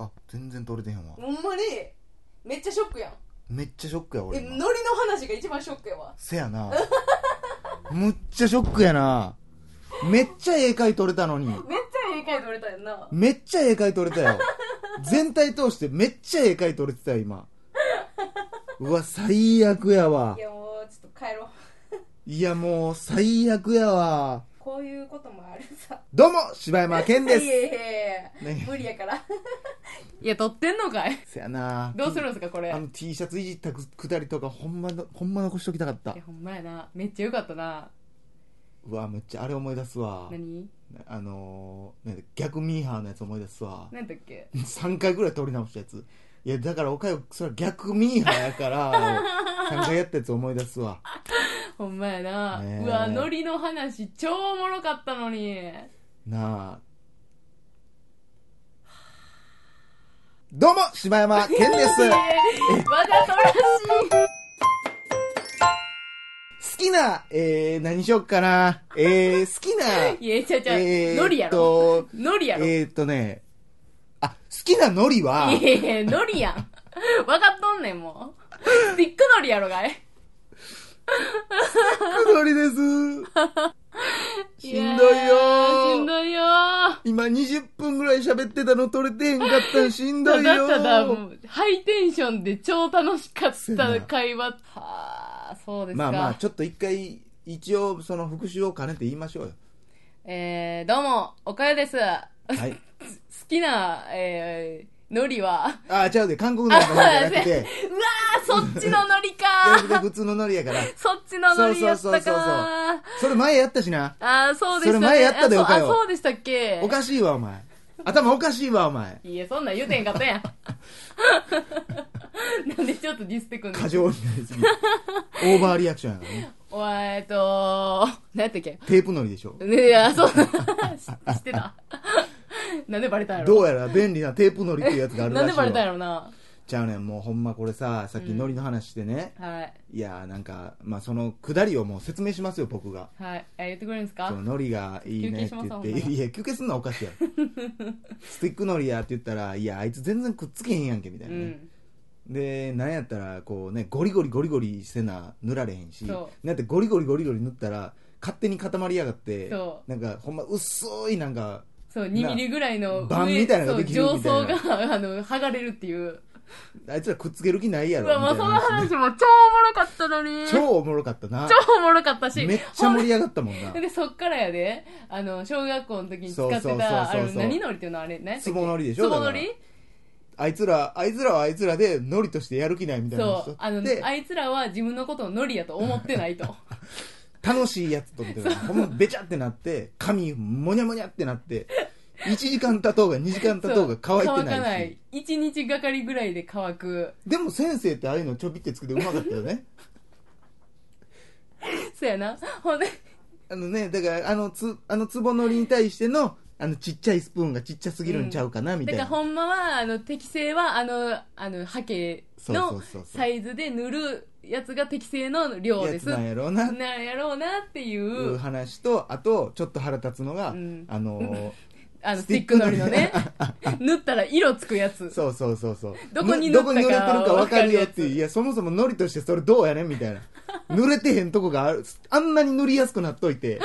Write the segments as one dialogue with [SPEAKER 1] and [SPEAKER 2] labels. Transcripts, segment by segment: [SPEAKER 1] あ全然取れてへんわ
[SPEAKER 2] ほんまにめっちゃショックやん
[SPEAKER 1] めっちゃショックや俺
[SPEAKER 2] え
[SPEAKER 1] 今
[SPEAKER 2] ノリの話が一番ショックやわ
[SPEAKER 1] せやなむっちゃショックやなめっちゃええ回取れたのに
[SPEAKER 2] めっちゃええ回取れたやんな
[SPEAKER 1] めっちゃええ回取れたよ全体通してめっちゃええ回取れてたよ今うわ最悪やわ
[SPEAKER 2] いやもうちょっと帰ろう
[SPEAKER 1] いやもう最悪やわ
[SPEAKER 2] こういうこともあるさ
[SPEAKER 1] どうも柴山健です
[SPEAKER 2] いやいやいや
[SPEAKER 1] ね
[SPEAKER 2] 無理やからいや取ってんのかい
[SPEAKER 1] せやな
[SPEAKER 2] どうするんですかこれ
[SPEAKER 1] あの T シャツいじったくくだりとかほんまのほんま残しときたかった
[SPEAKER 2] いやほんまやなめっちゃよかったな
[SPEAKER 1] うわめっちゃあれ思い出すわ
[SPEAKER 2] 何
[SPEAKER 1] あのー、なんだ逆ミーハーのやつ思い出すわ
[SPEAKER 2] 何だっけ
[SPEAKER 1] 3回ぐらい撮り直したやついやだからおかよそれは逆ミーハーやから3回やったやつ思い出すわ
[SPEAKER 2] ほんまやな、
[SPEAKER 1] ねえ
[SPEAKER 2] うわノリの話超おもろかったのに
[SPEAKER 1] なあどうも柴山健です
[SPEAKER 2] いやわざとらしい
[SPEAKER 1] 好きなえー、何しよっかなえー、好 きな
[SPEAKER 2] いや、ちゃうちゃう、
[SPEAKER 1] え
[SPEAKER 2] ノリや
[SPEAKER 1] ーっ
[SPEAKER 2] ろ。
[SPEAKER 1] と
[SPEAKER 2] ノリやろ。
[SPEAKER 1] えー、っとねあ好きなノリはい
[SPEAKER 2] やいや、ノリやん。分かっとんねん、もう。スティックノリやろがい。
[SPEAKER 1] くどりです。しん どいよ
[SPEAKER 2] や
[SPEAKER 1] ー
[SPEAKER 2] しんどいよ
[SPEAKER 1] 今20分ぐらい喋ってたの取れてへんかったんしんどい
[SPEAKER 2] ー。
[SPEAKER 1] よ
[SPEAKER 2] ただ
[SPEAKER 1] ー
[SPEAKER 2] ただ、もう、ハイテンションで超楽しかった会話。はあ、そうですか。
[SPEAKER 1] まあまあ、ちょっと一回、一応その復習を兼ねて言いましょう よ。
[SPEAKER 2] えー、どうも、おかよです。好
[SPEAKER 1] はい。
[SPEAKER 2] きな、えー、ノリは、
[SPEAKER 1] あー、ちゃうで、韓国のノリじゃなく て、
[SPEAKER 2] うわー、そっちのノリ
[SPEAKER 1] じゃ なくて
[SPEAKER 2] かー。
[SPEAKER 1] 普通のノリやから。
[SPEAKER 2] そっちのノリやったか
[SPEAKER 1] そうそうそう
[SPEAKER 2] ー。
[SPEAKER 1] それ前やったしな。
[SPEAKER 2] あー、そうで
[SPEAKER 1] そ
[SPEAKER 2] したね。
[SPEAKER 1] れ前やったで
[SPEAKER 2] あそう
[SPEAKER 1] おか
[SPEAKER 2] あ、
[SPEAKER 1] よ
[SPEAKER 2] そうでしたっけ
[SPEAKER 1] おかしいわ、お前。頭おかしいわ、お前。
[SPEAKER 2] いや、そんなん言うてへんかった やん。なんでちょっとディスってくんの
[SPEAKER 1] 過剰になりすぎる。オーバーリアクションやからね。
[SPEAKER 2] お前、えっと、何やったっけ
[SPEAKER 1] テープノリでしょ。
[SPEAKER 2] ねいや、そう、 し知っ てた。なんでバレたんやろ
[SPEAKER 1] どうやら便利なテープノリっていうやつがあるら
[SPEAKER 2] な
[SPEAKER 1] し
[SPEAKER 2] ん
[SPEAKER 1] いよ。
[SPEAKER 2] でバレたんやろな。
[SPEAKER 1] ちゃうねん、もうほんまこれさ、さっきノリの話してね。
[SPEAKER 2] はい。
[SPEAKER 1] いやーなんか、まあ、そのくだりをもう説明しますよ、僕が。
[SPEAKER 2] はい。え、言ってくれるんです
[SPEAKER 1] そ
[SPEAKER 2] か
[SPEAKER 1] のノリがいいねって言って、
[SPEAKER 2] 休憩しますほんなら
[SPEAKER 1] いや、休憩すんのはおかしいや ろ。スティックノリやって言ったら、いや、あいつ全然くっつけへんやんけ、みた
[SPEAKER 2] う
[SPEAKER 1] いなね。
[SPEAKER 2] ん。
[SPEAKER 1] で、なんやったら、こうね、ゴリゴリゴリゴリせな、塗られへんし、
[SPEAKER 2] そ
[SPEAKER 1] なんてゴリゴリゴリゴリ塗ったら、勝手に固まりやがって
[SPEAKER 2] そ、
[SPEAKER 1] なんか、ほんま薄い、なんか、
[SPEAKER 2] そう、2ミリぐらいの
[SPEAKER 1] 盤みたいなの
[SPEAKER 2] そう
[SPEAKER 1] できる
[SPEAKER 2] 上
[SPEAKER 1] みた
[SPEAKER 2] 層
[SPEAKER 1] いな
[SPEAKER 2] が、 あの、剥がれるっていう。
[SPEAKER 1] あいつらくっつける気ないや
[SPEAKER 2] う
[SPEAKER 1] ろ、
[SPEAKER 2] わ、もう
[SPEAKER 1] みた
[SPEAKER 2] そ
[SPEAKER 1] い
[SPEAKER 2] の
[SPEAKER 1] な話。
[SPEAKER 2] 話も超おもろかったのに。
[SPEAKER 1] 超おもろかったな。
[SPEAKER 2] 超おもろかったし。
[SPEAKER 1] めっちゃ盛り上がったもんな。
[SPEAKER 2] で、そっからやで、あの、小学校の時に使って
[SPEAKER 1] そうそうそうそう
[SPEAKER 2] た、あの、何のりっていうのあれ、何やったっけ
[SPEAKER 1] 壺のりでしょ
[SPEAKER 2] 壺のり
[SPEAKER 1] だあいつら、あいつらはあいつらで、ノリとしてやる気ないみたいな話し
[SPEAKER 2] そ
[SPEAKER 1] とって。
[SPEAKER 2] うあのあいつらは自分のことをノリやと思ってない と
[SPEAKER 1] 楽しいやつとみたいなほんまべちゃってなって髪もにゃもにゃってなって1時間経とうが2時間経とうが乾いて
[SPEAKER 2] そう乾か
[SPEAKER 1] な
[SPEAKER 2] ないい
[SPEAKER 1] し
[SPEAKER 2] 一日がかりぐらいで乾く
[SPEAKER 1] でも先生ってああいうのちょびってつくでうまかったよ ね
[SPEAKER 2] そうやなほんで
[SPEAKER 1] あのねだからあのつあの壺のりに対してのあのちっちゃいスプーンがちっちゃすぎるんちゃうかなみた
[SPEAKER 2] だ
[SPEAKER 1] い
[SPEAKER 2] か
[SPEAKER 1] な、
[SPEAKER 2] らほんまはあの適正はあのあのハケ
[SPEAKER 1] そ
[SPEAKER 2] の
[SPEAKER 1] うそうそうそう
[SPEAKER 2] サイズで塗るやつが適正の量
[SPEAKER 1] や
[SPEAKER 2] で
[SPEAKER 1] つ
[SPEAKER 2] す
[SPEAKER 1] なんやろうなって
[SPEAKER 2] なんやろうなってい
[SPEAKER 1] いう
[SPEAKER 2] う
[SPEAKER 1] 話とあとちょっと腹立つのが、
[SPEAKER 2] うん
[SPEAKER 1] あ の
[SPEAKER 2] あの
[SPEAKER 1] ス
[SPEAKER 2] ス
[SPEAKER 1] テ
[SPEAKER 2] テ
[SPEAKER 1] ィック
[SPEAKER 2] ィック
[SPEAKER 1] の
[SPEAKER 2] の
[SPEAKER 1] り
[SPEAKER 2] りのね塗ったら色つくやつ
[SPEAKER 1] そうそうそうそう
[SPEAKER 2] どこに
[SPEAKER 1] ぬど
[SPEAKER 2] 塗った
[SPEAKER 1] こ
[SPEAKER 2] か
[SPEAKER 1] に塗れてるか分かるよっていう
[SPEAKER 2] わかるやつ
[SPEAKER 1] いやそもそもノリとしてそれどうやねんみたいな濡れてへんとこがあるあんなに塗りやすくなっといて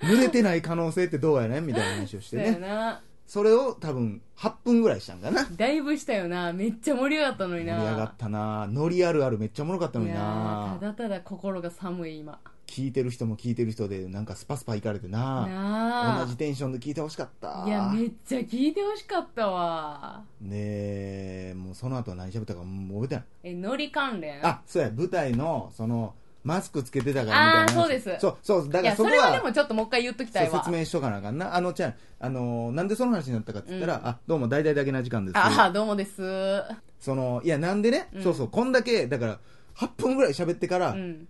[SPEAKER 1] 濡れてない可能性ってどうやねんみたいな話をして
[SPEAKER 2] そうや
[SPEAKER 1] ね
[SPEAKER 2] な
[SPEAKER 1] それを多分8分ぐらいしたんかな
[SPEAKER 2] だいぶしたよなめっちゃ盛り上がったの
[SPEAKER 1] 盛
[SPEAKER 2] に
[SPEAKER 1] り
[SPEAKER 2] な
[SPEAKER 1] 上がったなノリあるあるめっちゃおもろかったの
[SPEAKER 2] い
[SPEAKER 1] に
[SPEAKER 2] やーた
[SPEAKER 1] な
[SPEAKER 2] だただ心が寒い今
[SPEAKER 1] 聞いてる人も聞いてる人でなんかスパスパいかれてな
[SPEAKER 2] なあ
[SPEAKER 1] 同じテンションで聞いてほしかった
[SPEAKER 2] いやめ
[SPEAKER 1] ね
[SPEAKER 2] っちゃ聞いてほしかったわ
[SPEAKER 1] えもうその後は何喋ったかもう覚えてない
[SPEAKER 2] えノリ関連
[SPEAKER 1] あそうや舞台のそのマスクつけてたからみたいな話
[SPEAKER 2] あーそうです
[SPEAKER 1] そうそうだから
[SPEAKER 2] いや
[SPEAKER 1] そ
[SPEAKER 2] そ
[SPEAKER 1] こ
[SPEAKER 2] れはで
[SPEAKER 1] は
[SPEAKER 2] もちょっともう一回言っときた
[SPEAKER 1] そう
[SPEAKER 2] いわ
[SPEAKER 1] 説明しとかなあかんなあのちゃんあのーなんでその話になったかって言ったら、あどうも大々だけな時間です
[SPEAKER 2] ああどうもです
[SPEAKER 1] そのいやなんでね、
[SPEAKER 2] うん
[SPEAKER 1] そうそうこんだけだから8分ぐらい喋ってから、
[SPEAKER 2] うん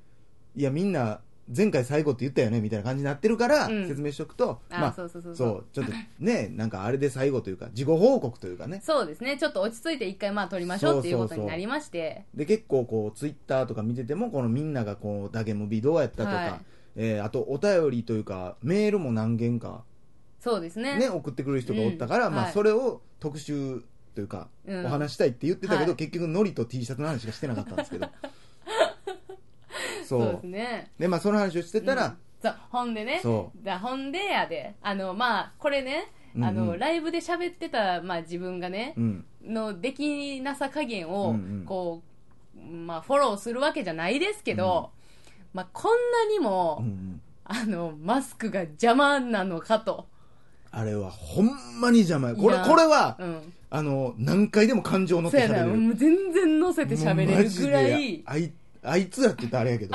[SPEAKER 1] いやみんな前回最後って言ったよねみたいな感じになってるから、
[SPEAKER 2] うん
[SPEAKER 1] 説明しとくと
[SPEAKER 2] あそうそうそうそう
[SPEAKER 1] ちょっとねなんかあれで最後というか自己報告というかね
[SPEAKER 2] そうですねちょっと落ち着いて一回まあ撮りましょうっていう
[SPEAKER 1] そうそ
[SPEAKER 2] こと
[SPEAKER 1] うそう
[SPEAKER 2] になりまして
[SPEAKER 1] で結構こうツイッターとか見ててもこのみんながこう「ダゲムビどうやった?」とか、
[SPEAKER 2] はい
[SPEAKER 1] えーあとお便りというかメールも何件か
[SPEAKER 2] そうですね
[SPEAKER 1] ね、送ってくれる人がおったから、
[SPEAKER 2] うん
[SPEAKER 1] ま
[SPEAKER 2] は
[SPEAKER 1] あ、
[SPEAKER 2] い
[SPEAKER 1] それを特集というか、
[SPEAKER 2] うん
[SPEAKER 1] お話したいって言ってたけど、
[SPEAKER 2] はい
[SPEAKER 1] 結局ノリと T シャツの話しかしてなかったんですけ どそ
[SPEAKER 2] そうう
[SPEAKER 1] で
[SPEAKER 2] ですね
[SPEAKER 1] まあ、その話をしてたら、
[SPEAKER 2] うんそうほんでね
[SPEAKER 1] そ
[SPEAKER 2] だほんでやであのまあこれねあの、
[SPEAKER 1] うんうん
[SPEAKER 2] ライブで喋ってた、まあ、自分がね
[SPEAKER 1] う、ん
[SPEAKER 2] のできなさ加減
[SPEAKER 1] う
[SPEAKER 2] を、
[SPEAKER 1] んうん
[SPEAKER 2] こう、まあ、フォローするわけじゃないですけど、まあ、こんなにも、
[SPEAKER 1] うんうん
[SPEAKER 2] あの、マスクが邪魔なのかと。
[SPEAKER 1] あれはほんまに邪魔やこれ
[SPEAKER 2] いや
[SPEAKER 1] これは、
[SPEAKER 2] うん。
[SPEAKER 1] あの何回でも感情乗っ
[SPEAKER 2] そう
[SPEAKER 1] て喋
[SPEAKER 2] やな、
[SPEAKER 1] れる
[SPEAKER 2] もう全然乗せて喋れるぐら
[SPEAKER 1] もうマジで、
[SPEAKER 2] い
[SPEAKER 1] あいあいつらって言ったらあれやけど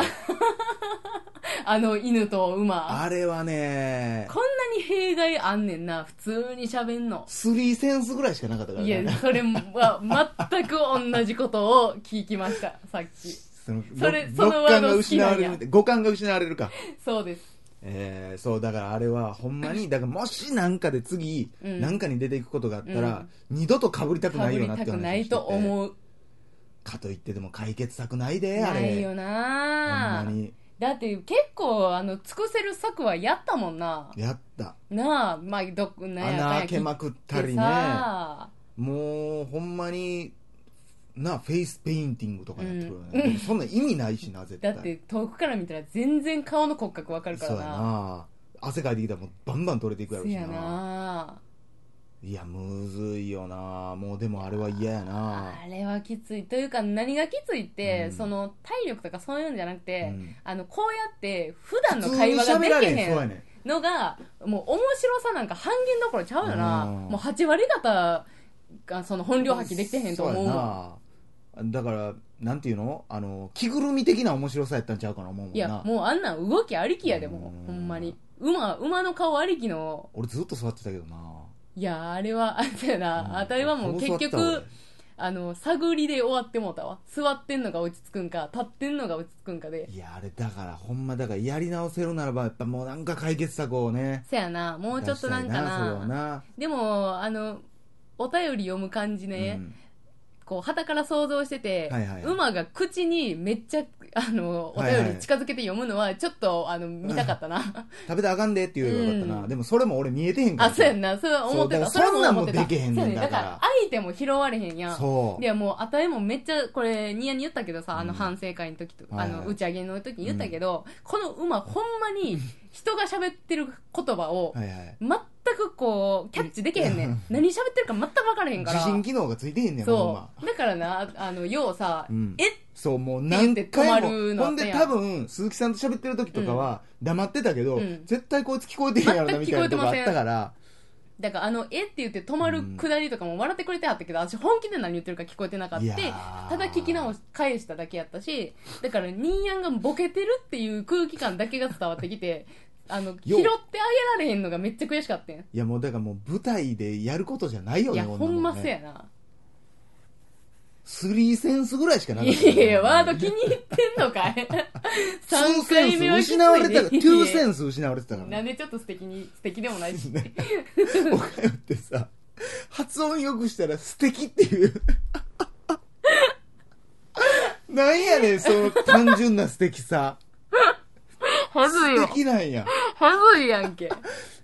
[SPEAKER 2] あの、犬と馬。
[SPEAKER 1] あれはね
[SPEAKER 2] こんなに弊害あんねんな、普通に喋んの。
[SPEAKER 1] スリーセンスぐらいしかなかったから
[SPEAKER 2] い
[SPEAKER 1] ね
[SPEAKER 2] や、それは全く同じことを聞きました、さっき。
[SPEAKER 1] その
[SPEAKER 2] それ
[SPEAKER 1] ろ
[SPEAKER 2] そ
[SPEAKER 1] 六
[SPEAKER 2] の
[SPEAKER 1] 感
[SPEAKER 2] ワ
[SPEAKER 1] が
[SPEAKER 2] ード好き
[SPEAKER 1] 失
[SPEAKER 2] なん
[SPEAKER 1] わ
[SPEAKER 2] や
[SPEAKER 1] れるって五感が失われるか
[SPEAKER 2] そうです。
[SPEAKER 1] えー、そうだからあれはほんまにだから もし何かで次
[SPEAKER 2] うん
[SPEAKER 1] 何かに出ていくことがあったら、二度とかぶりたく
[SPEAKER 2] か
[SPEAKER 1] ない
[SPEAKER 2] ぶ
[SPEAKER 1] よ
[SPEAKER 2] り
[SPEAKER 1] なって
[SPEAKER 2] たく
[SPEAKER 1] 話をし
[SPEAKER 2] な
[SPEAKER 1] て
[SPEAKER 2] い
[SPEAKER 1] て
[SPEAKER 2] と思う。
[SPEAKER 1] かといってでも解決策ないであれ
[SPEAKER 2] ないよ
[SPEAKER 1] ほん
[SPEAKER 2] な
[SPEAKER 1] まに
[SPEAKER 2] だって結構、あの、尽くせる策はやったもんな。
[SPEAKER 1] やった
[SPEAKER 2] なあ、まあ、ど、なんや
[SPEAKER 1] 穴
[SPEAKER 2] かんや
[SPEAKER 1] 開けまくったりね
[SPEAKER 2] さ
[SPEAKER 1] もうほんまになフェイスペインティングとかやってくるよね、
[SPEAKER 2] うん
[SPEAKER 1] でもそんなん意味ないしな絶
[SPEAKER 2] だ
[SPEAKER 1] 対
[SPEAKER 2] って遠くから見たら全然顔の骨格わかるから
[SPEAKER 1] そうや
[SPEAKER 2] な。
[SPEAKER 1] な汗かいてきたらもうバンバン取れていくやろ
[SPEAKER 2] そう
[SPEAKER 1] しな
[SPEAKER 2] やな。
[SPEAKER 1] いやむずいよなもうでもあれは嫌やな
[SPEAKER 2] あれはきつい。というか何がきついって、
[SPEAKER 1] うん
[SPEAKER 2] その体力とかそういうんじゃなくて、
[SPEAKER 1] うん
[SPEAKER 2] あの、こうやって普段の会話
[SPEAKER 1] 普通
[SPEAKER 2] がで
[SPEAKER 1] に喋ら
[SPEAKER 2] き
[SPEAKER 1] れへんそう
[SPEAKER 2] へ
[SPEAKER 1] や
[SPEAKER 2] ん
[SPEAKER 1] ね
[SPEAKER 2] のが、もう面白さなんか半減どころちゃうよな。
[SPEAKER 1] うん
[SPEAKER 2] もう8割方がその本領発揮できてへんと思う
[SPEAKER 1] そ
[SPEAKER 2] わ。
[SPEAKER 1] やなだからなんていうのあの着ぐるみ的な面白さやったんちゃうかな思うもんない
[SPEAKER 2] や、もうあんなん動きありきやでも
[SPEAKER 1] う
[SPEAKER 2] う、
[SPEAKER 1] ん
[SPEAKER 2] ほんまに。馬、馬の顔ありきの、
[SPEAKER 1] 俺ずっと座ってたけどない
[SPEAKER 2] や、あれは、あ れやな、あたりはもう結
[SPEAKER 1] ほぼ座っ
[SPEAKER 2] 局
[SPEAKER 1] て、
[SPEAKER 2] あの、探りで終わってもうたわ。座ってんのが落ち着くんか、立ってんのが落ち着くんか
[SPEAKER 1] た。
[SPEAKER 2] で
[SPEAKER 1] 俺いやあれだからほんまだからやり直せるならばやっぱもうなんか解決策をね
[SPEAKER 2] せやな、もうちょっとなんか
[SPEAKER 1] 出したいそれ
[SPEAKER 2] な。
[SPEAKER 1] はな
[SPEAKER 2] でも、あの、お便り読む感じね、
[SPEAKER 1] うん
[SPEAKER 2] こう、旗から想像してて、
[SPEAKER 1] はいはい
[SPEAKER 2] 馬が口にめっちゃ、あの、お
[SPEAKER 1] はいは
[SPEAKER 2] 便り
[SPEAKER 1] い
[SPEAKER 2] 近づけて読むのは、ちょっと、あの、見たかったな。
[SPEAKER 1] 食べたらあかんでって言えばよかったな、
[SPEAKER 2] う
[SPEAKER 1] でもそれも俺見えてへんから
[SPEAKER 2] あ、そうやんな、そう思ってた。
[SPEAKER 1] そうだから
[SPEAKER 2] れ思ってた
[SPEAKER 1] そんなんもできへんねん
[SPEAKER 2] そう
[SPEAKER 1] だ
[SPEAKER 2] や
[SPEAKER 1] から
[SPEAKER 2] だから、相手も拾われへんやん。
[SPEAKER 1] そう
[SPEAKER 2] でもうあたいもめっちゃこれニヤニヤ言ったけどさあの
[SPEAKER 1] うん
[SPEAKER 2] 反省会の時と、
[SPEAKER 1] はい
[SPEAKER 2] あ
[SPEAKER 1] はい
[SPEAKER 2] の打ち上げの時に言ったけど、この馬ほんま に人が喋ってる言葉を
[SPEAKER 1] はいはい
[SPEAKER 2] 全くこうキャッチできへんねん何喋ってるか全く分からへんから
[SPEAKER 1] 受信機能がついてへんねんほんま
[SPEAKER 2] そうだからなあのようさ、
[SPEAKER 1] うん
[SPEAKER 2] え
[SPEAKER 1] そうもう何
[SPEAKER 2] ピンっ
[SPEAKER 1] 回
[SPEAKER 2] て止まる
[SPEAKER 1] も
[SPEAKER 2] の
[SPEAKER 1] ほんで多分鈴木さんと喋ってる時とかは黙ってたけど、
[SPEAKER 2] うん
[SPEAKER 1] 絶対こいつ聞こえてへんや ろなみたいなとこあったから
[SPEAKER 2] だからあのえって言って止まるくだりとかも笑ってくれてはったけど、私本気で何言ってるか聞こえてなかっ
[SPEAKER 1] い
[SPEAKER 2] た
[SPEAKER 1] やー
[SPEAKER 2] ただ聞き直し返しただけやったしだからニーヤンがボケてるっていう空気感だけが伝わって きてあの拾
[SPEAKER 1] よ
[SPEAKER 2] っ
[SPEAKER 1] う
[SPEAKER 2] てあげられへんのがめっちゃ悔しかったん
[SPEAKER 1] いやもうだからもう舞台でやることじゃないよ
[SPEAKER 2] い
[SPEAKER 1] ね
[SPEAKER 2] や
[SPEAKER 1] こ
[SPEAKER 2] ほん
[SPEAKER 1] なも
[SPEAKER 2] ま
[SPEAKER 1] ね
[SPEAKER 2] そうやな、
[SPEAKER 1] スリーセンスぐらいしかなかっ
[SPEAKER 2] い
[SPEAKER 1] た
[SPEAKER 2] やいやワード気に入ってんのかい
[SPEAKER 1] ツーセ
[SPEAKER 2] 3
[SPEAKER 1] ン
[SPEAKER 2] 回
[SPEAKER 1] ス
[SPEAKER 2] 目はきつい
[SPEAKER 1] 失われてたか ら
[SPEAKER 2] で
[SPEAKER 1] 2センス失われてたから
[SPEAKER 2] な
[SPEAKER 1] ね
[SPEAKER 2] んでちょっと素敵に素敵でもないし
[SPEAKER 1] 岡山ってさ発音よくしたら素敵っていうなんやねんその単純な素敵さ
[SPEAKER 2] はずい
[SPEAKER 1] 素
[SPEAKER 2] よ
[SPEAKER 1] 敵なんや
[SPEAKER 2] はずいやんけ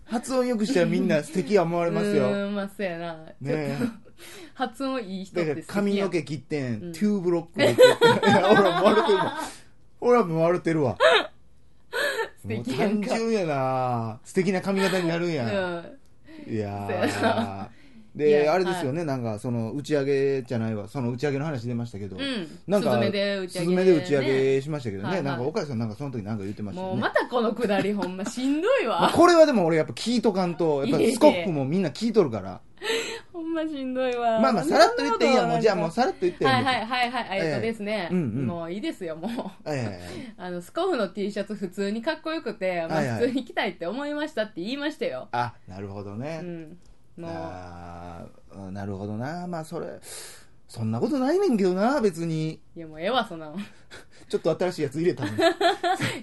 [SPEAKER 1] 発音よくしたらみんな素敵や思われます
[SPEAKER 2] う
[SPEAKER 1] よ
[SPEAKER 2] ーんまあそうやな、ちょっ
[SPEAKER 1] ねえ
[SPEAKER 2] と発音いい人
[SPEAKER 1] だ
[SPEAKER 2] っ
[SPEAKER 1] か
[SPEAKER 2] て
[SPEAKER 1] ら
[SPEAKER 2] 好きやん
[SPEAKER 1] 髪の毛切ってん、
[SPEAKER 2] ん
[SPEAKER 1] トゥーブロックで切ってんいやほらもう笑ってるわほらもう笑ってるわ
[SPEAKER 2] 素
[SPEAKER 1] もう
[SPEAKER 2] 敵やん
[SPEAKER 1] 単
[SPEAKER 2] か
[SPEAKER 1] 純やな素敵な髪型になるんや、
[SPEAKER 2] うん
[SPEAKER 1] いや
[SPEAKER 2] そうや
[SPEAKER 1] ー
[SPEAKER 2] な
[SPEAKER 1] で
[SPEAKER 2] いや
[SPEAKER 1] あれですよね、なんかその打ち上げじゃないわその打ち上げの話出ましたけど、
[SPEAKER 2] うん
[SPEAKER 1] なんか
[SPEAKER 2] スズメで打ち上げ
[SPEAKER 1] スズメで打ち上げしましたけどね、
[SPEAKER 2] はいはい
[SPEAKER 1] なんか岡井さんなんかその時なんか言ってました
[SPEAKER 2] も
[SPEAKER 1] よ
[SPEAKER 2] う
[SPEAKER 1] ね
[SPEAKER 2] またこのくだりほんましんどい
[SPEAKER 1] まあ
[SPEAKER 2] わ。
[SPEAKER 1] これはでも俺やっぱ聞いとかんとやっぱスコップもみんな聞いとるから
[SPEAKER 2] ほんましんどいわ。
[SPEAKER 1] まあまあさらっと言っていいやもうじゃあもう
[SPEAKER 2] は
[SPEAKER 1] さらっと言って
[SPEAKER 2] い
[SPEAKER 1] いいん
[SPEAKER 2] は
[SPEAKER 1] です
[SPEAKER 2] い
[SPEAKER 1] よ
[SPEAKER 2] はいはい、えっとですね、
[SPEAKER 1] ええうんうん
[SPEAKER 2] もういいですよ、もう。
[SPEAKER 1] ええ
[SPEAKER 2] あの、スコフの T シャツ普通にかっこよくて、まあ
[SPEAKER 1] はいはい
[SPEAKER 2] 普通に着たいって思いましたって言いましたよ。
[SPEAKER 1] あなるほど
[SPEAKER 2] う
[SPEAKER 1] ね、
[SPEAKER 2] ん。もう、
[SPEAKER 1] ああーなるほどなまあそれそんなことないねんけどな別に
[SPEAKER 2] いやもうええわ、そんなの。
[SPEAKER 1] ちょっと新しいやつ入れたのに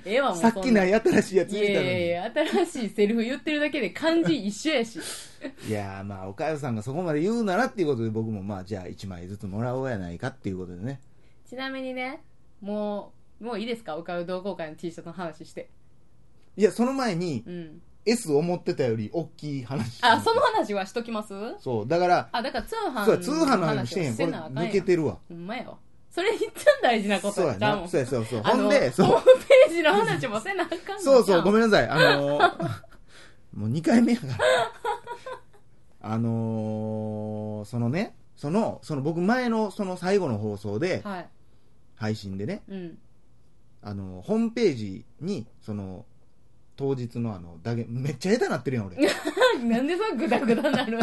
[SPEAKER 2] ええわ、もうそ
[SPEAKER 1] さ
[SPEAKER 2] ん
[SPEAKER 1] っきないい新しいやつ
[SPEAKER 2] い
[SPEAKER 1] 入
[SPEAKER 2] やい
[SPEAKER 1] れたのに
[SPEAKER 2] やいや、新しいセリフ言ってるだけで漢字一緒やし。
[SPEAKER 1] いやーまあ、おかよさんがそこまで言うならっていうことで、僕もまあ、じゃあ1枚ずつもらおうやないかっていうことでね。
[SPEAKER 2] ちなみにね、もう、もういいですかおかう同好会の T シャツの話して。
[SPEAKER 1] いや、その前に、
[SPEAKER 2] うん。
[SPEAKER 1] S 思ってたより大きい話
[SPEAKER 2] あその話はしときます
[SPEAKER 1] そうだから
[SPEAKER 2] あだから通販
[SPEAKER 1] そうや通販の話してへんこれ
[SPEAKER 2] なあかんや
[SPEAKER 1] 抜けてるわ
[SPEAKER 2] ほんまやわそれ一番大事なこと
[SPEAKER 1] そうや
[SPEAKER 2] やちゃうも
[SPEAKER 1] なんそうやそうやそう
[SPEAKER 2] あ
[SPEAKER 1] ほ
[SPEAKER 2] の
[SPEAKER 1] んで
[SPEAKER 2] ホ
[SPEAKER 1] そう
[SPEAKER 2] ームページの話もせなあかんのちゃ
[SPEAKER 1] そうそうご
[SPEAKER 2] ん
[SPEAKER 1] めんなさいあのー もう2回目やからあのーそのねそのその僕前のその最後の放送で
[SPEAKER 2] はい
[SPEAKER 1] 配信でね
[SPEAKER 2] うん
[SPEAKER 1] あのホームページにその当日のあのだけめっちゃ下手なってるやん 俺
[SPEAKER 2] なんでそんなグダグダなる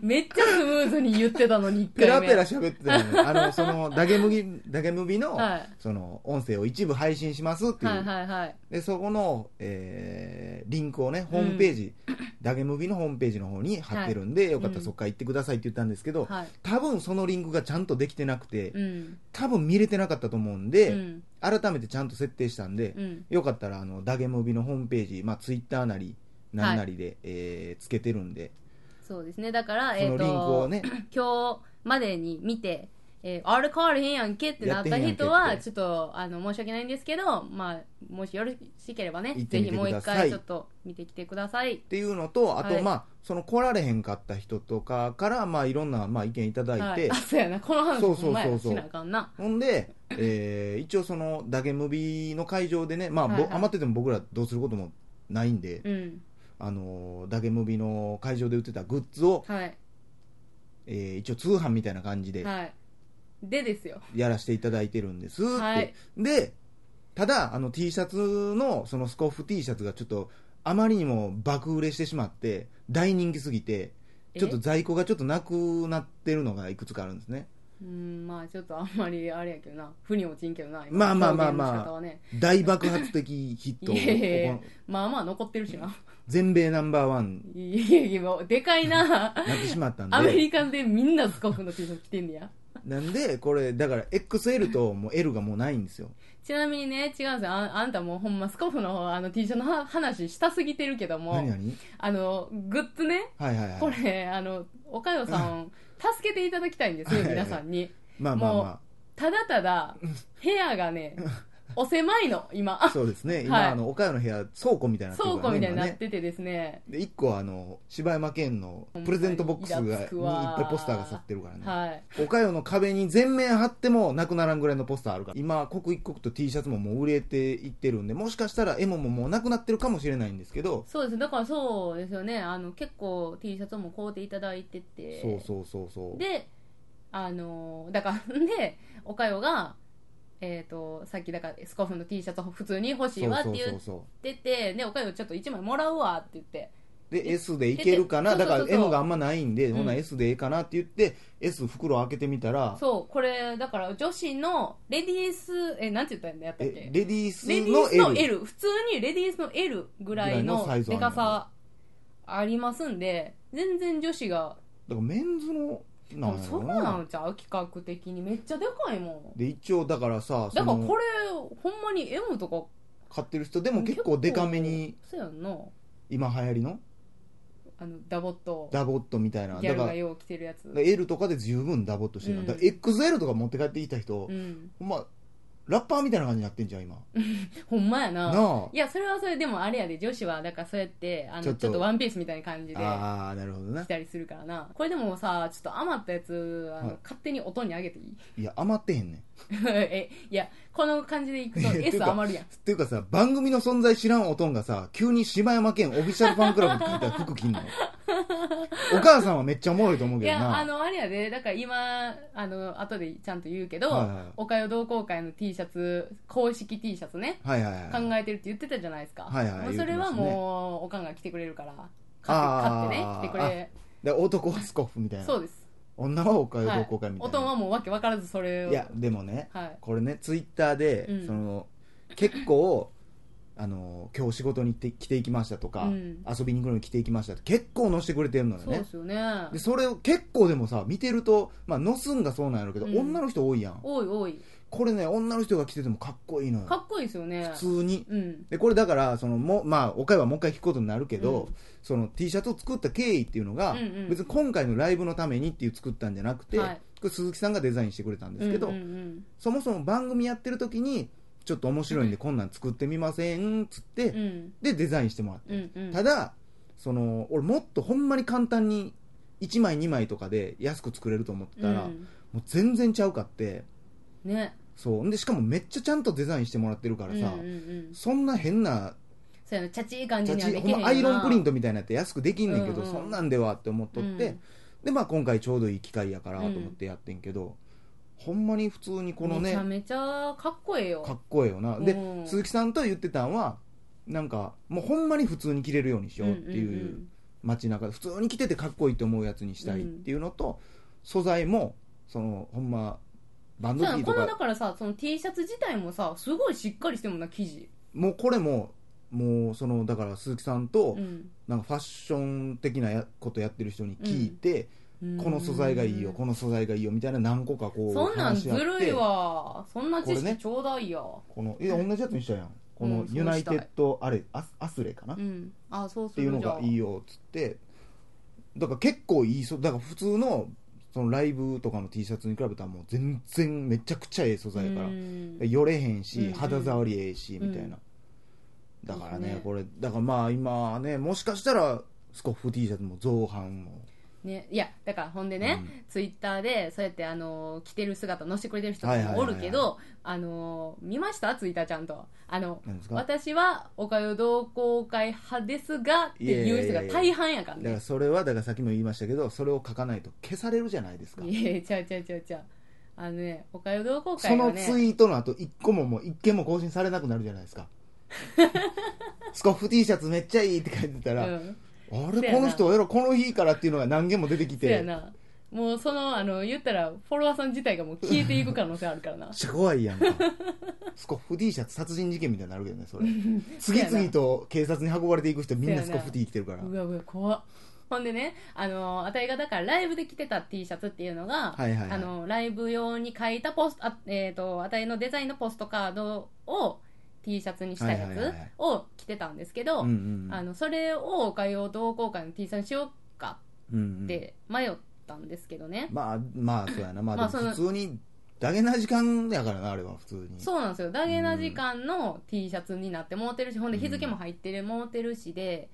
[SPEAKER 2] めっちゃスムーズに言ってたのに一
[SPEAKER 1] ペ
[SPEAKER 2] 回
[SPEAKER 1] ラ
[SPEAKER 2] 目
[SPEAKER 1] ペラ喋ってた のにあのそのダゲムギダゲムビの、
[SPEAKER 2] はい
[SPEAKER 1] その音声を一部配信しますっていう、
[SPEAKER 2] はいはいはい
[SPEAKER 1] でそこの、えーリンクをねホームページ、ダゲムビのホームページの方に貼ってるんで、よかったらそっから行ってくださいって言ったんですけど、
[SPEAKER 2] はい
[SPEAKER 1] 多分そのリンクがちゃんとできてなくて、
[SPEAKER 2] うん
[SPEAKER 1] 多分見れてなかったと思うん
[SPEAKER 2] う
[SPEAKER 1] で、
[SPEAKER 2] ん
[SPEAKER 1] 改めてちゃんと設定したんで、
[SPEAKER 2] うん
[SPEAKER 1] よかったらあのダゲムビのホームページ、まあ、ツイッターなりなんなりで、えーつけてるんで
[SPEAKER 2] そうですねだから
[SPEAKER 1] そ
[SPEAKER 2] えっ、
[SPEAKER 1] のリンクを
[SPEAKER 2] と、
[SPEAKER 1] ね、
[SPEAKER 2] 今日までに見て、えーあれ変われへんやんけってなった人
[SPEAKER 1] や
[SPEAKER 2] は
[SPEAKER 1] って
[SPEAKER 2] ちょっとあの申し訳ないんですけどまあもしよろしければね
[SPEAKER 1] 行って
[SPEAKER 2] ぜ
[SPEAKER 1] みて
[SPEAKER 2] ひもう
[SPEAKER 1] くだ
[SPEAKER 2] 一
[SPEAKER 1] さい
[SPEAKER 2] 回ちょっと見てきてください
[SPEAKER 1] っていうのとあと、
[SPEAKER 2] はい
[SPEAKER 1] まあその来られへんかった人とかから、まあ、いろんな、まあ、意見いただいて、
[SPEAKER 2] はい、あそうやなこの話
[SPEAKER 1] そうそうそうそう
[SPEAKER 2] ほんまやしなあかんな
[SPEAKER 1] ほんで、えー一応そのダゲムビの会場でね、まあぼ
[SPEAKER 2] はいはい
[SPEAKER 1] 余ってても僕らどうすることもないんで、
[SPEAKER 2] うん
[SPEAKER 1] あのーダゲムビの会場で売ってたグッズを、
[SPEAKER 2] はい
[SPEAKER 1] えー一応通販みたいな感じで
[SPEAKER 2] はいでですよ
[SPEAKER 1] やらせていただいてるんですって、
[SPEAKER 2] はい
[SPEAKER 1] でただあの T シャツのそのスコフ T シャツがちょっとあまりにも爆売れしてしまって大人気すぎて
[SPEAKER 2] え
[SPEAKER 1] ちょっと在庫がちょっとなくなってるのがいくつかあるんですね
[SPEAKER 2] うんまあちょっとあんまりあれやけどな腑に落ちんけどな
[SPEAKER 1] まあまあまあまあ
[SPEAKER 2] 表現の仕方はね
[SPEAKER 1] 大爆発的ヒットを
[SPEAKER 2] いやいやいや
[SPEAKER 1] ここ
[SPEAKER 2] まあまあ残ってるしな
[SPEAKER 1] 全米ナンバーワン
[SPEAKER 2] いやいやもうでかいな
[SPEAKER 1] なってしまったんで
[SPEAKER 2] アメリカでみんなスコフの T シャツ着てんねや
[SPEAKER 1] なんでこれだから XL ともう L がもうないんですよ
[SPEAKER 2] ちなみにね違うんですよああんたもうほんまスコフのあの T シャツのは話したすぎてるけども
[SPEAKER 1] 何何
[SPEAKER 2] あのグッズね
[SPEAKER 1] はいはいはい
[SPEAKER 2] これあの岡代さん助けていただきたいんですよ
[SPEAKER 1] はいはい
[SPEAKER 2] 皆さんに
[SPEAKER 1] まあまあ
[SPEAKER 2] も
[SPEAKER 1] ま
[SPEAKER 2] ただただ部屋 がねお狭いの今
[SPEAKER 1] あそうです ね今、
[SPEAKER 2] はい
[SPEAKER 1] あの岡山の部屋倉庫みたいになって
[SPEAKER 2] 倉
[SPEAKER 1] るから
[SPEAKER 2] 庫
[SPEAKER 1] ね
[SPEAKER 2] みたいに
[SPEAKER 1] 今
[SPEAKER 2] な
[SPEAKER 1] ね
[SPEAKER 2] っててですね
[SPEAKER 1] で1個あの柴山県のプレゼントボックスが
[SPEAKER 2] ほん
[SPEAKER 1] に
[SPEAKER 2] ま
[SPEAKER 1] い
[SPEAKER 2] にイラ
[SPEAKER 1] っ
[SPEAKER 2] つくわ
[SPEAKER 1] ぱいポスターがさってるからね、
[SPEAKER 2] はい
[SPEAKER 1] 岡山の壁に全面貼ってもなくならんぐらいのポスターあるから今刻一刻と T シャツももう売れていってるんでもしかしたらエモももうなくなってるかもしれないんですけど、
[SPEAKER 2] そうですだからそうですよねあの結構 T シャツも買うていただいてて
[SPEAKER 1] そうそうそうそう
[SPEAKER 2] であのーだからでおかよがえー、とさっきだからスコフの T シャツ普通に欲しいわって
[SPEAKER 1] そうそう
[SPEAKER 2] 言
[SPEAKER 1] そう
[SPEAKER 2] っ
[SPEAKER 1] そう
[SPEAKER 2] ててでおかよちょっと1枚もらうわって言って
[SPEAKER 1] で S でいけるかな
[SPEAKER 2] そうそ
[SPEAKER 1] だ
[SPEAKER 2] うそ
[SPEAKER 1] か
[SPEAKER 2] うそ
[SPEAKER 1] ら
[SPEAKER 2] う
[SPEAKER 1] M があんまないんで、
[SPEAKER 2] うん
[SPEAKER 1] ほな S でええかなって言って S 袋開けてみたら
[SPEAKER 2] そうこれだから女子のレディースえなんて言ったんだやったっ
[SPEAKER 1] え
[SPEAKER 2] け
[SPEAKER 1] レディース
[SPEAKER 2] レディ
[SPEAKER 1] の
[SPEAKER 2] ースの
[SPEAKER 1] L,
[SPEAKER 2] L 普通にレディースの L ぐらいの
[SPEAKER 1] ぐらいのサイズあ
[SPEAKER 2] で
[SPEAKER 1] るの
[SPEAKER 2] かさありますんで全然女子が
[SPEAKER 1] だからメンズの
[SPEAKER 2] で
[SPEAKER 1] なん
[SPEAKER 2] も
[SPEAKER 1] や
[SPEAKER 2] そ
[SPEAKER 1] ろ
[SPEAKER 2] う
[SPEAKER 1] な
[SPEAKER 2] なんちゃう企画的にめっちゃでかいもん
[SPEAKER 1] で一応だからさ
[SPEAKER 2] だ
[SPEAKER 1] そ
[SPEAKER 2] から
[SPEAKER 1] の
[SPEAKER 2] これほんまに M とか
[SPEAKER 1] 買ってる人でも結構デカめに
[SPEAKER 2] そうやんな
[SPEAKER 1] 今流行りの
[SPEAKER 2] あのダボっと
[SPEAKER 1] ダボっとみたいな
[SPEAKER 2] ギ
[SPEAKER 1] だ
[SPEAKER 2] ャル
[SPEAKER 1] から
[SPEAKER 2] がよう着てるやつ
[SPEAKER 1] だから L とかで十分ダボっとしてる、
[SPEAKER 2] うん
[SPEAKER 1] だから XL とか持って帰ってきた人、
[SPEAKER 2] うん
[SPEAKER 1] ほんまラッパーみたいな感じになってんじゃん今
[SPEAKER 2] ほんまや
[SPEAKER 1] なあ
[SPEAKER 2] ないやそれはそれでもあれやで女子はだからそうやってあの
[SPEAKER 1] ち
[SPEAKER 2] ち
[SPEAKER 1] ょ
[SPEAKER 2] ょ
[SPEAKER 1] っ
[SPEAKER 2] っ
[SPEAKER 1] と
[SPEAKER 2] とワンピースみたいな感じで
[SPEAKER 1] ああなるほどな
[SPEAKER 2] 着たりするからなこれでもさちょっと余ったやつあの、
[SPEAKER 1] はい
[SPEAKER 2] 勝手に音にあげてい い
[SPEAKER 1] いや余ってへんねんっ
[SPEAKER 2] えいやこの感じでいくと
[SPEAKER 1] いやていう
[SPEAKER 2] S
[SPEAKER 1] か
[SPEAKER 2] 余るやん
[SPEAKER 1] ていうかさ番組の存在知らんおとんがさ急に柴山県オフィシャルファンクラブって聞いたら服着んの お母さんはめっちゃおもろいと思う
[SPEAKER 2] い
[SPEAKER 1] けど
[SPEAKER 2] や
[SPEAKER 1] な
[SPEAKER 2] あのあれやでだから今あの後でちゃんと言うけど、
[SPEAKER 1] はいはい
[SPEAKER 2] おかよ同好会の T シャツ公式 T シャツね
[SPEAKER 1] はいはいはい
[SPEAKER 2] 考えてるって言ってたじゃないですか、
[SPEAKER 1] はいはい
[SPEAKER 2] もうそれは
[SPEAKER 1] 言ってましたね
[SPEAKER 2] もうおかんが来てくれるから
[SPEAKER 1] あー
[SPEAKER 2] 買って買ってね来てくれ
[SPEAKER 1] で男はスコッフみたいな
[SPEAKER 2] そうです
[SPEAKER 1] 女はおかゆ
[SPEAKER 2] はい
[SPEAKER 1] 同好会みた
[SPEAKER 2] お
[SPEAKER 1] いな、
[SPEAKER 2] とんはもうわけわからずそれを
[SPEAKER 1] いやでもね、
[SPEAKER 2] はい
[SPEAKER 1] これねツイッターで、
[SPEAKER 2] うん
[SPEAKER 1] その結構あの今日仕事に行って来ていきましたとか、
[SPEAKER 2] うん
[SPEAKER 1] 遊びに行くのに来ていきましたって結構載せてくれてるのよ
[SPEAKER 2] そう
[SPEAKER 1] ね
[SPEAKER 2] ですよね
[SPEAKER 1] でそれを結構でもさ見てると、まあ、載すんがそうなんやろうけど、
[SPEAKER 2] うん
[SPEAKER 1] 女の人多いやん
[SPEAKER 2] 多い多い
[SPEAKER 1] これね女の人が来ててもかっこいいの
[SPEAKER 2] か
[SPEAKER 1] よ
[SPEAKER 2] っこいいですよね
[SPEAKER 1] 普通に
[SPEAKER 2] うん
[SPEAKER 1] でこれだからそのもまあ岡山はもう一回聞くことになるけど、
[SPEAKER 2] うん
[SPEAKER 1] その T シャツを作った経緯っていうのが、
[SPEAKER 2] うんうん
[SPEAKER 1] 別に今回のライブのためにっていう作ったんじゃなくて、
[SPEAKER 2] はい
[SPEAKER 1] これ鈴木さんがデザインしてくれたんですけど、
[SPEAKER 2] うんうんうん
[SPEAKER 1] そもそも番組やってる時にちょっと面白いんでこんなん作ってみませんっつって、
[SPEAKER 2] うん
[SPEAKER 1] でデザインしてもらって、
[SPEAKER 2] うんうん
[SPEAKER 1] ただその俺もっとほんまに簡単に1枚2枚とかで安く作れると思ってたら、
[SPEAKER 2] うん
[SPEAKER 1] もう全然ちゃうかって
[SPEAKER 2] ね
[SPEAKER 1] そうんでしかもめっちゃちゃんとデザインしてもらってるからさ、
[SPEAKER 2] うんうんうん、
[SPEAKER 1] そんな変な
[SPEAKER 2] そうやなチャチい感
[SPEAKER 1] チ
[SPEAKER 2] じ
[SPEAKER 1] ャ
[SPEAKER 2] には
[SPEAKER 1] チ
[SPEAKER 2] でき
[SPEAKER 1] ほ
[SPEAKER 2] へんよ
[SPEAKER 1] ん
[SPEAKER 2] な
[SPEAKER 1] まアイロンプリントみたいなやつ安くできんねんけど、
[SPEAKER 2] うんうん
[SPEAKER 1] そんなんではって思っとって、でまあ今回ちょうどいい機会やからと思ってやってんけど、ほんまに普通にこの
[SPEAKER 2] めち
[SPEAKER 1] ね
[SPEAKER 2] ゃめちゃかっこええよ
[SPEAKER 1] かっこええよなで
[SPEAKER 2] うん
[SPEAKER 1] 鈴木さんと言ってたんはなんかもうほんまに普通に着れるようにしようっていう,、街中で普通に着ててかっこいいと思うやつにしたいっていうのと、素材もそのほんまバン
[SPEAKER 2] そ
[SPEAKER 1] ド
[SPEAKER 2] うや
[SPEAKER 1] キー
[SPEAKER 2] なことのだ
[SPEAKER 1] か
[SPEAKER 2] からさその T シャツ自体もさすごいしっかりしてるもんな生地
[SPEAKER 1] もうこれももうそのだから鈴木さんとなんかファッション的なやことやってる人に聞いて、この素材がいいよこ
[SPEAKER 2] の
[SPEAKER 1] の素材がいいよみたいな何個かこう
[SPEAKER 2] そんなん
[SPEAKER 1] 話し
[SPEAKER 2] ず
[SPEAKER 1] 合って
[SPEAKER 2] るいわそんな知
[SPEAKER 1] これ
[SPEAKER 2] 識
[SPEAKER 1] ね
[SPEAKER 2] ちょうだいや、
[SPEAKER 1] このいや同じやつにしたやんこ
[SPEAKER 2] う
[SPEAKER 1] の
[SPEAKER 2] んそうしたい
[SPEAKER 1] ユナイテッドあれアスアスレかな、
[SPEAKER 2] う
[SPEAKER 1] っ
[SPEAKER 2] んあそうす
[SPEAKER 1] ていう
[SPEAKER 2] る
[SPEAKER 1] の
[SPEAKER 2] じゃ
[SPEAKER 1] がいいよっつってだから結構いいそだから普通のそのライブとかの T シャツに比べたらもう全然めちゃくちゃええ素材やから、
[SPEAKER 2] うん
[SPEAKER 1] よれへんし、
[SPEAKER 2] うんうん
[SPEAKER 1] 肌触りええし、
[SPEAKER 2] うん
[SPEAKER 1] みたいなだからね
[SPEAKER 2] いいね
[SPEAKER 1] これだからまあ今ねもしかしたらスコッフ T シャツも造反も
[SPEAKER 2] ね、いやだからほんでね、ツイッターでそうやってあのー着てる姿載せてくれてる人
[SPEAKER 1] はいはい
[SPEAKER 2] も
[SPEAKER 1] はい
[SPEAKER 2] お
[SPEAKER 1] はい
[SPEAKER 2] るけどあのー見ましたツイッターちゃんとあの
[SPEAKER 1] なんですか
[SPEAKER 2] 私はおかゆ同好会派ですがっていう人が大半やから
[SPEAKER 1] だから
[SPEAKER 2] ね
[SPEAKER 1] それはだからさっきも言いましたけどそれを書かないと消されるじゃないですか
[SPEAKER 2] いやいやちゃうちゃうちゃうちゃうあのねおかゆ同好
[SPEAKER 1] そ
[SPEAKER 2] 会
[SPEAKER 1] の
[SPEAKER 2] は
[SPEAKER 1] ツ
[SPEAKER 2] ね
[SPEAKER 1] イートの後一個ももう一件も更新されなくなるじゃないです かスコッフ T シャツめっちゃいいって書いてた
[SPEAKER 2] う
[SPEAKER 1] ら、
[SPEAKER 2] ん
[SPEAKER 1] あ
[SPEAKER 2] そう
[SPEAKER 1] れ
[SPEAKER 2] やな
[SPEAKER 1] この人やろこの日からっていうのが何件も出てき
[SPEAKER 2] そうや
[SPEAKER 1] てめっ
[SPEAKER 2] なもうそのあの言ったらフォロワーさん自体がもう消えていく可能性あるからな
[SPEAKER 1] ちゃ怖いやん かスコッフ T シャツ殺人事件みたいになるけどねそれ次々と警察に運ばれていく人みんなスコッフ T 着てるから
[SPEAKER 2] うわうわ怖っほんでねあのーあたいがだからライブで着てた T シャツっていうのが、
[SPEAKER 1] はいはいはい
[SPEAKER 2] あのーライブ用に書いたポストあ,、えー、とあたいのデザインのポストカードを T シャツにしたや
[SPEAKER 1] はいはいはいはい
[SPEAKER 2] つを着てたんですけど、
[SPEAKER 1] うんうん
[SPEAKER 2] あのそれをおかよ同好会の T シャツにしようか
[SPEAKER 1] うんうん
[SPEAKER 2] って迷ったんですけどね、
[SPEAKER 1] まあまあそうやなまあ
[SPEAKER 2] まあ
[SPEAKER 1] でも
[SPEAKER 2] その
[SPEAKER 1] 普通にだけな時間やからなあれは普通に
[SPEAKER 2] そうなんですよダゲな時間の T シャツになってもうてるしほんで日付も入ってるもうてるしで、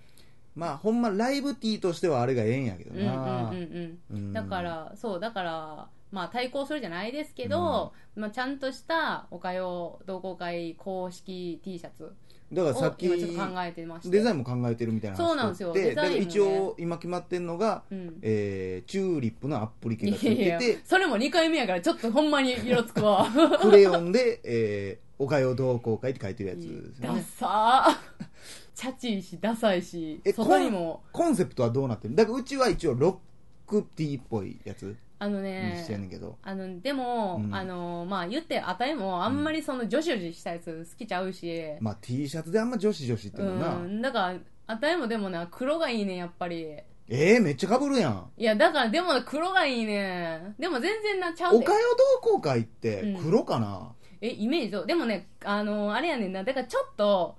[SPEAKER 1] まあほんまライブ T としてはあれがええんやけど
[SPEAKER 2] うんうん
[SPEAKER 1] な
[SPEAKER 2] うんうん
[SPEAKER 1] うん
[SPEAKER 2] だから、そう、だから、まあ対抗するじゃないですけど、まあちゃんとしたおかよう同好会公式 T シャツを
[SPEAKER 1] だからさ
[SPEAKER 2] 今
[SPEAKER 1] っ
[SPEAKER 2] ち
[SPEAKER 1] き
[SPEAKER 2] ょっと考えてまして。
[SPEAKER 1] デザインも考えてるみたいな話
[SPEAKER 2] そうなんですよ
[SPEAKER 1] して
[SPEAKER 2] デザインもね
[SPEAKER 1] だから一応今決まってんのが、
[SPEAKER 2] うん。
[SPEAKER 1] えーチューリップのアップリケ
[SPEAKER 2] い
[SPEAKER 1] がついてて
[SPEAKER 2] やいや、それも2回目やからちょっとほんまに色つくわ。
[SPEAKER 1] クレヨンで、えー、おかよ同好会って書いてるやつですよ
[SPEAKER 2] ダ
[SPEAKER 1] ね
[SPEAKER 2] サー。 チャチいし、ダサいし
[SPEAKER 1] え、
[SPEAKER 2] 外にも、
[SPEAKER 1] コンセプトはどうなってるだからうちは一応ロック T っぽいやつ
[SPEAKER 2] あの
[SPEAKER 1] にしてんね
[SPEAKER 2] ね、
[SPEAKER 1] んけど、
[SPEAKER 2] あの、でも、
[SPEAKER 1] うん
[SPEAKER 2] あの、まあ言って、あたいもあんまりその女子女子したやつ好きちゃうし、
[SPEAKER 1] まあ T シャツであんま女子女子って
[SPEAKER 2] う
[SPEAKER 1] のはな、
[SPEAKER 2] ん、だから、あたいもでもな、黒がいいねん、やっぱり。
[SPEAKER 1] えー、めっちゃかぶるやん
[SPEAKER 2] いや、だから、でも黒がいいね。でも全然な、ちゃう
[SPEAKER 1] お
[SPEAKER 2] で
[SPEAKER 1] か。よ同好会って黒かな、
[SPEAKER 2] え、イメージどうでもね、あのあれやねんな。だからちょっと、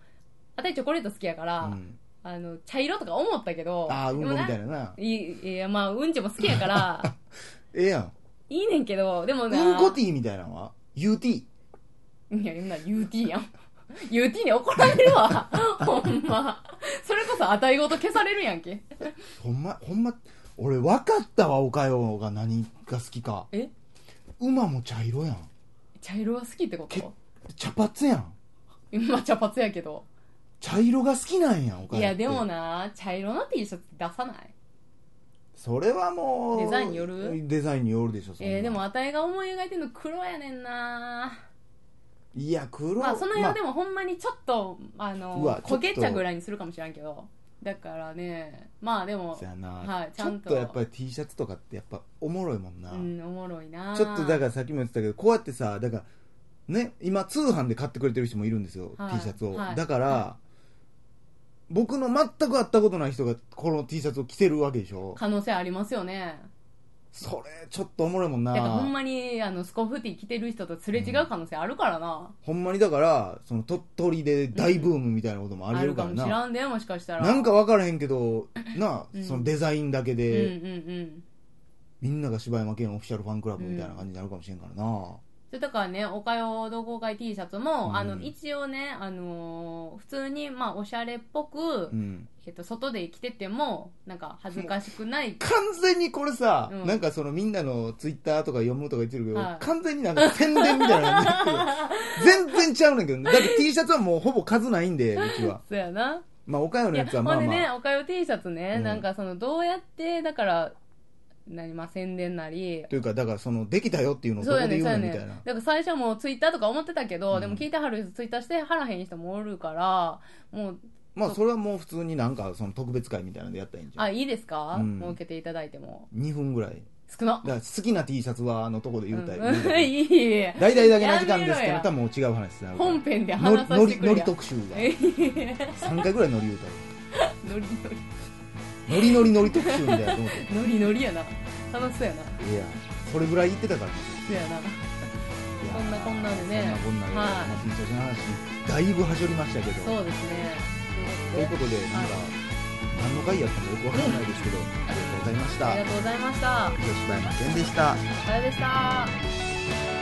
[SPEAKER 2] あたりチョコレート好きやから、
[SPEAKER 1] うん
[SPEAKER 2] あの、茶色とか思ったけど。
[SPEAKER 1] ああうん
[SPEAKER 2] で
[SPEAKER 1] こ
[SPEAKER 2] も
[SPEAKER 1] み
[SPEAKER 2] な
[SPEAKER 1] たいなない
[SPEAKER 2] いや、まあ、うんちも好きや から、
[SPEAKER 1] ええやん
[SPEAKER 2] いいねんけど、でもな。
[SPEAKER 1] うんこ T みたいなのは UT
[SPEAKER 2] いや、今 UT やん。UT に怒られるわ。 ほんま。それこそ、あたいごと消されるやんけ。
[SPEAKER 1] ほんまほんま俺分かったわおかよが何が好きか
[SPEAKER 2] え
[SPEAKER 1] 馬も茶色やん
[SPEAKER 2] 茶色は好きってこ
[SPEAKER 1] け
[SPEAKER 2] と
[SPEAKER 1] 茶髪やん
[SPEAKER 2] 今、茶髪やけど。
[SPEAKER 1] 茶色が好きなんやんおか
[SPEAKER 2] い
[SPEAKER 1] よ
[SPEAKER 2] や、でも
[SPEAKER 1] な
[SPEAKER 2] な、茶色の T シャツ出さない
[SPEAKER 1] それはもう
[SPEAKER 2] デザインによる
[SPEAKER 1] デザインによるでしょそんな
[SPEAKER 2] えー、でもあたいが思い描いてるの黒やねんない
[SPEAKER 1] や黒
[SPEAKER 2] まあその辺はで
[SPEAKER 1] も、
[SPEAKER 2] もほんまにちょっとあ
[SPEAKER 1] うわ
[SPEAKER 2] の
[SPEAKER 1] ちょっと
[SPEAKER 2] こけちゃぐらいにするかもしれんけどだからねまあで
[SPEAKER 1] まあ
[SPEAKER 2] も
[SPEAKER 1] そやな、
[SPEAKER 2] はい
[SPEAKER 1] ち
[SPEAKER 2] ち
[SPEAKER 1] ょ
[SPEAKER 2] ゃ
[SPEAKER 1] っ
[SPEAKER 2] ん
[SPEAKER 1] と
[SPEAKER 2] と
[SPEAKER 1] やっぱり T シャツとかってやっぱおもろいもんな、
[SPEAKER 2] うんおもろいな
[SPEAKER 1] ちょっとだからさっきも言ってたけどこうやってさだからね今通販で買ってくれてる人もいるんですよ、
[SPEAKER 2] はい
[SPEAKER 1] T シャツを、
[SPEAKER 2] はい
[SPEAKER 1] だから、僕の全く会ったことない人がこの T シャツを着てるわけでしょ
[SPEAKER 2] 可能性ありますよね
[SPEAKER 1] それちょっとおもろいもんな
[SPEAKER 2] だからほんまにあのスコフティ着てる人とすれ違う可能性あるからな、
[SPEAKER 1] ほんまにだからその鳥取で大ブームみたいなこともあ
[SPEAKER 2] あ
[SPEAKER 1] りえる
[SPEAKER 2] る
[SPEAKER 1] か
[SPEAKER 2] からもし
[SPEAKER 1] な、
[SPEAKER 2] らんでもしかしたら
[SPEAKER 1] なんか分からへんけど な
[SPEAKER 2] うん
[SPEAKER 1] そのデザインだけ
[SPEAKER 2] うんうん
[SPEAKER 1] で、
[SPEAKER 2] うん
[SPEAKER 1] みんなが柴山健オフィシャルファンクラブみたいな感じになるかもしれんからな、
[SPEAKER 2] それだからね、おかよ同好会 T シャツも、
[SPEAKER 1] うん
[SPEAKER 2] あの、一応ね、あのー普通に、まあ、おしゃれっぽく、
[SPEAKER 1] うん
[SPEAKER 2] えっと、外で着てても、なんか、恥ずかしくない。
[SPEAKER 1] 完全にこれさ、
[SPEAKER 2] うん
[SPEAKER 1] なんかそのみんなのツイッターとか読むとか言ってるけど、
[SPEAKER 2] はい
[SPEAKER 1] 完全になんか宣伝みたいな感じにな ってる全然ちゃうねんけど、だって T シャツはもうほぼ数ないんで、うちは。
[SPEAKER 2] そうやな。
[SPEAKER 1] まあ、おかよの
[SPEAKER 2] い
[SPEAKER 1] や
[SPEAKER 2] や、
[SPEAKER 1] つは
[SPEAKER 2] ほ
[SPEAKER 1] まあ
[SPEAKER 2] んで
[SPEAKER 1] ま
[SPEAKER 2] ね、
[SPEAKER 1] あ。
[SPEAKER 2] おかよ T シャツね、
[SPEAKER 1] うん
[SPEAKER 2] なんか、その、どうやって、だから、何、まあ、宣伝なり、
[SPEAKER 1] というか、だからその、できたよっていうのをどこ
[SPEAKER 2] そうや
[SPEAKER 1] で
[SPEAKER 2] ね
[SPEAKER 1] 言う
[SPEAKER 2] んそう
[SPEAKER 1] の
[SPEAKER 2] や
[SPEAKER 1] み
[SPEAKER 2] ね
[SPEAKER 1] た
[SPEAKER 2] ん
[SPEAKER 1] い
[SPEAKER 2] だ
[SPEAKER 1] な。
[SPEAKER 2] から最初はもうツイッターとか思ってたけど、
[SPEAKER 1] うん
[SPEAKER 2] でも聞いてはる人ツイッターしてはらへん人もおるからもう
[SPEAKER 1] まあ、それはもう普通になんかその特別会みたいなんでやったらいいんじゃん。
[SPEAKER 2] あいいですか、
[SPEAKER 1] うん
[SPEAKER 2] もう受けていただいても
[SPEAKER 1] 2分ぐらい。
[SPEAKER 2] 少な
[SPEAKER 1] だから好きな T シャツはあのとこで言うたり。
[SPEAKER 2] うん いい
[SPEAKER 1] 大々だけな時間ですって
[SPEAKER 2] やめろや
[SPEAKER 1] なったらもう違う話ですね
[SPEAKER 2] 本編で
[SPEAKER 1] のり
[SPEAKER 2] 話さ
[SPEAKER 1] の
[SPEAKER 2] せて
[SPEAKER 1] り
[SPEAKER 2] く
[SPEAKER 1] の
[SPEAKER 2] れ
[SPEAKER 1] り
[SPEAKER 2] や
[SPEAKER 1] 特集が
[SPEAKER 2] えへへ
[SPEAKER 1] 3回ぐらいのり言うたり
[SPEAKER 2] ノ
[SPEAKER 1] の
[SPEAKER 2] リ
[SPEAKER 1] りのりのり特集みたいなと思って
[SPEAKER 2] ノリノリノリやな楽しそうやない
[SPEAKER 1] やそれぐらい言ってたからね
[SPEAKER 2] そうやなそんなこんなでね
[SPEAKER 1] そんなこんなで、
[SPEAKER 2] はい
[SPEAKER 1] まあ T シャツの話だいぶはしょりましたけど
[SPEAKER 2] そうですね
[SPEAKER 1] ということでなんか、何の回やったのかよくわからないですけど、ありがとうございました
[SPEAKER 2] ありがとうございました
[SPEAKER 1] 以上柴山健でした
[SPEAKER 2] お疲れでした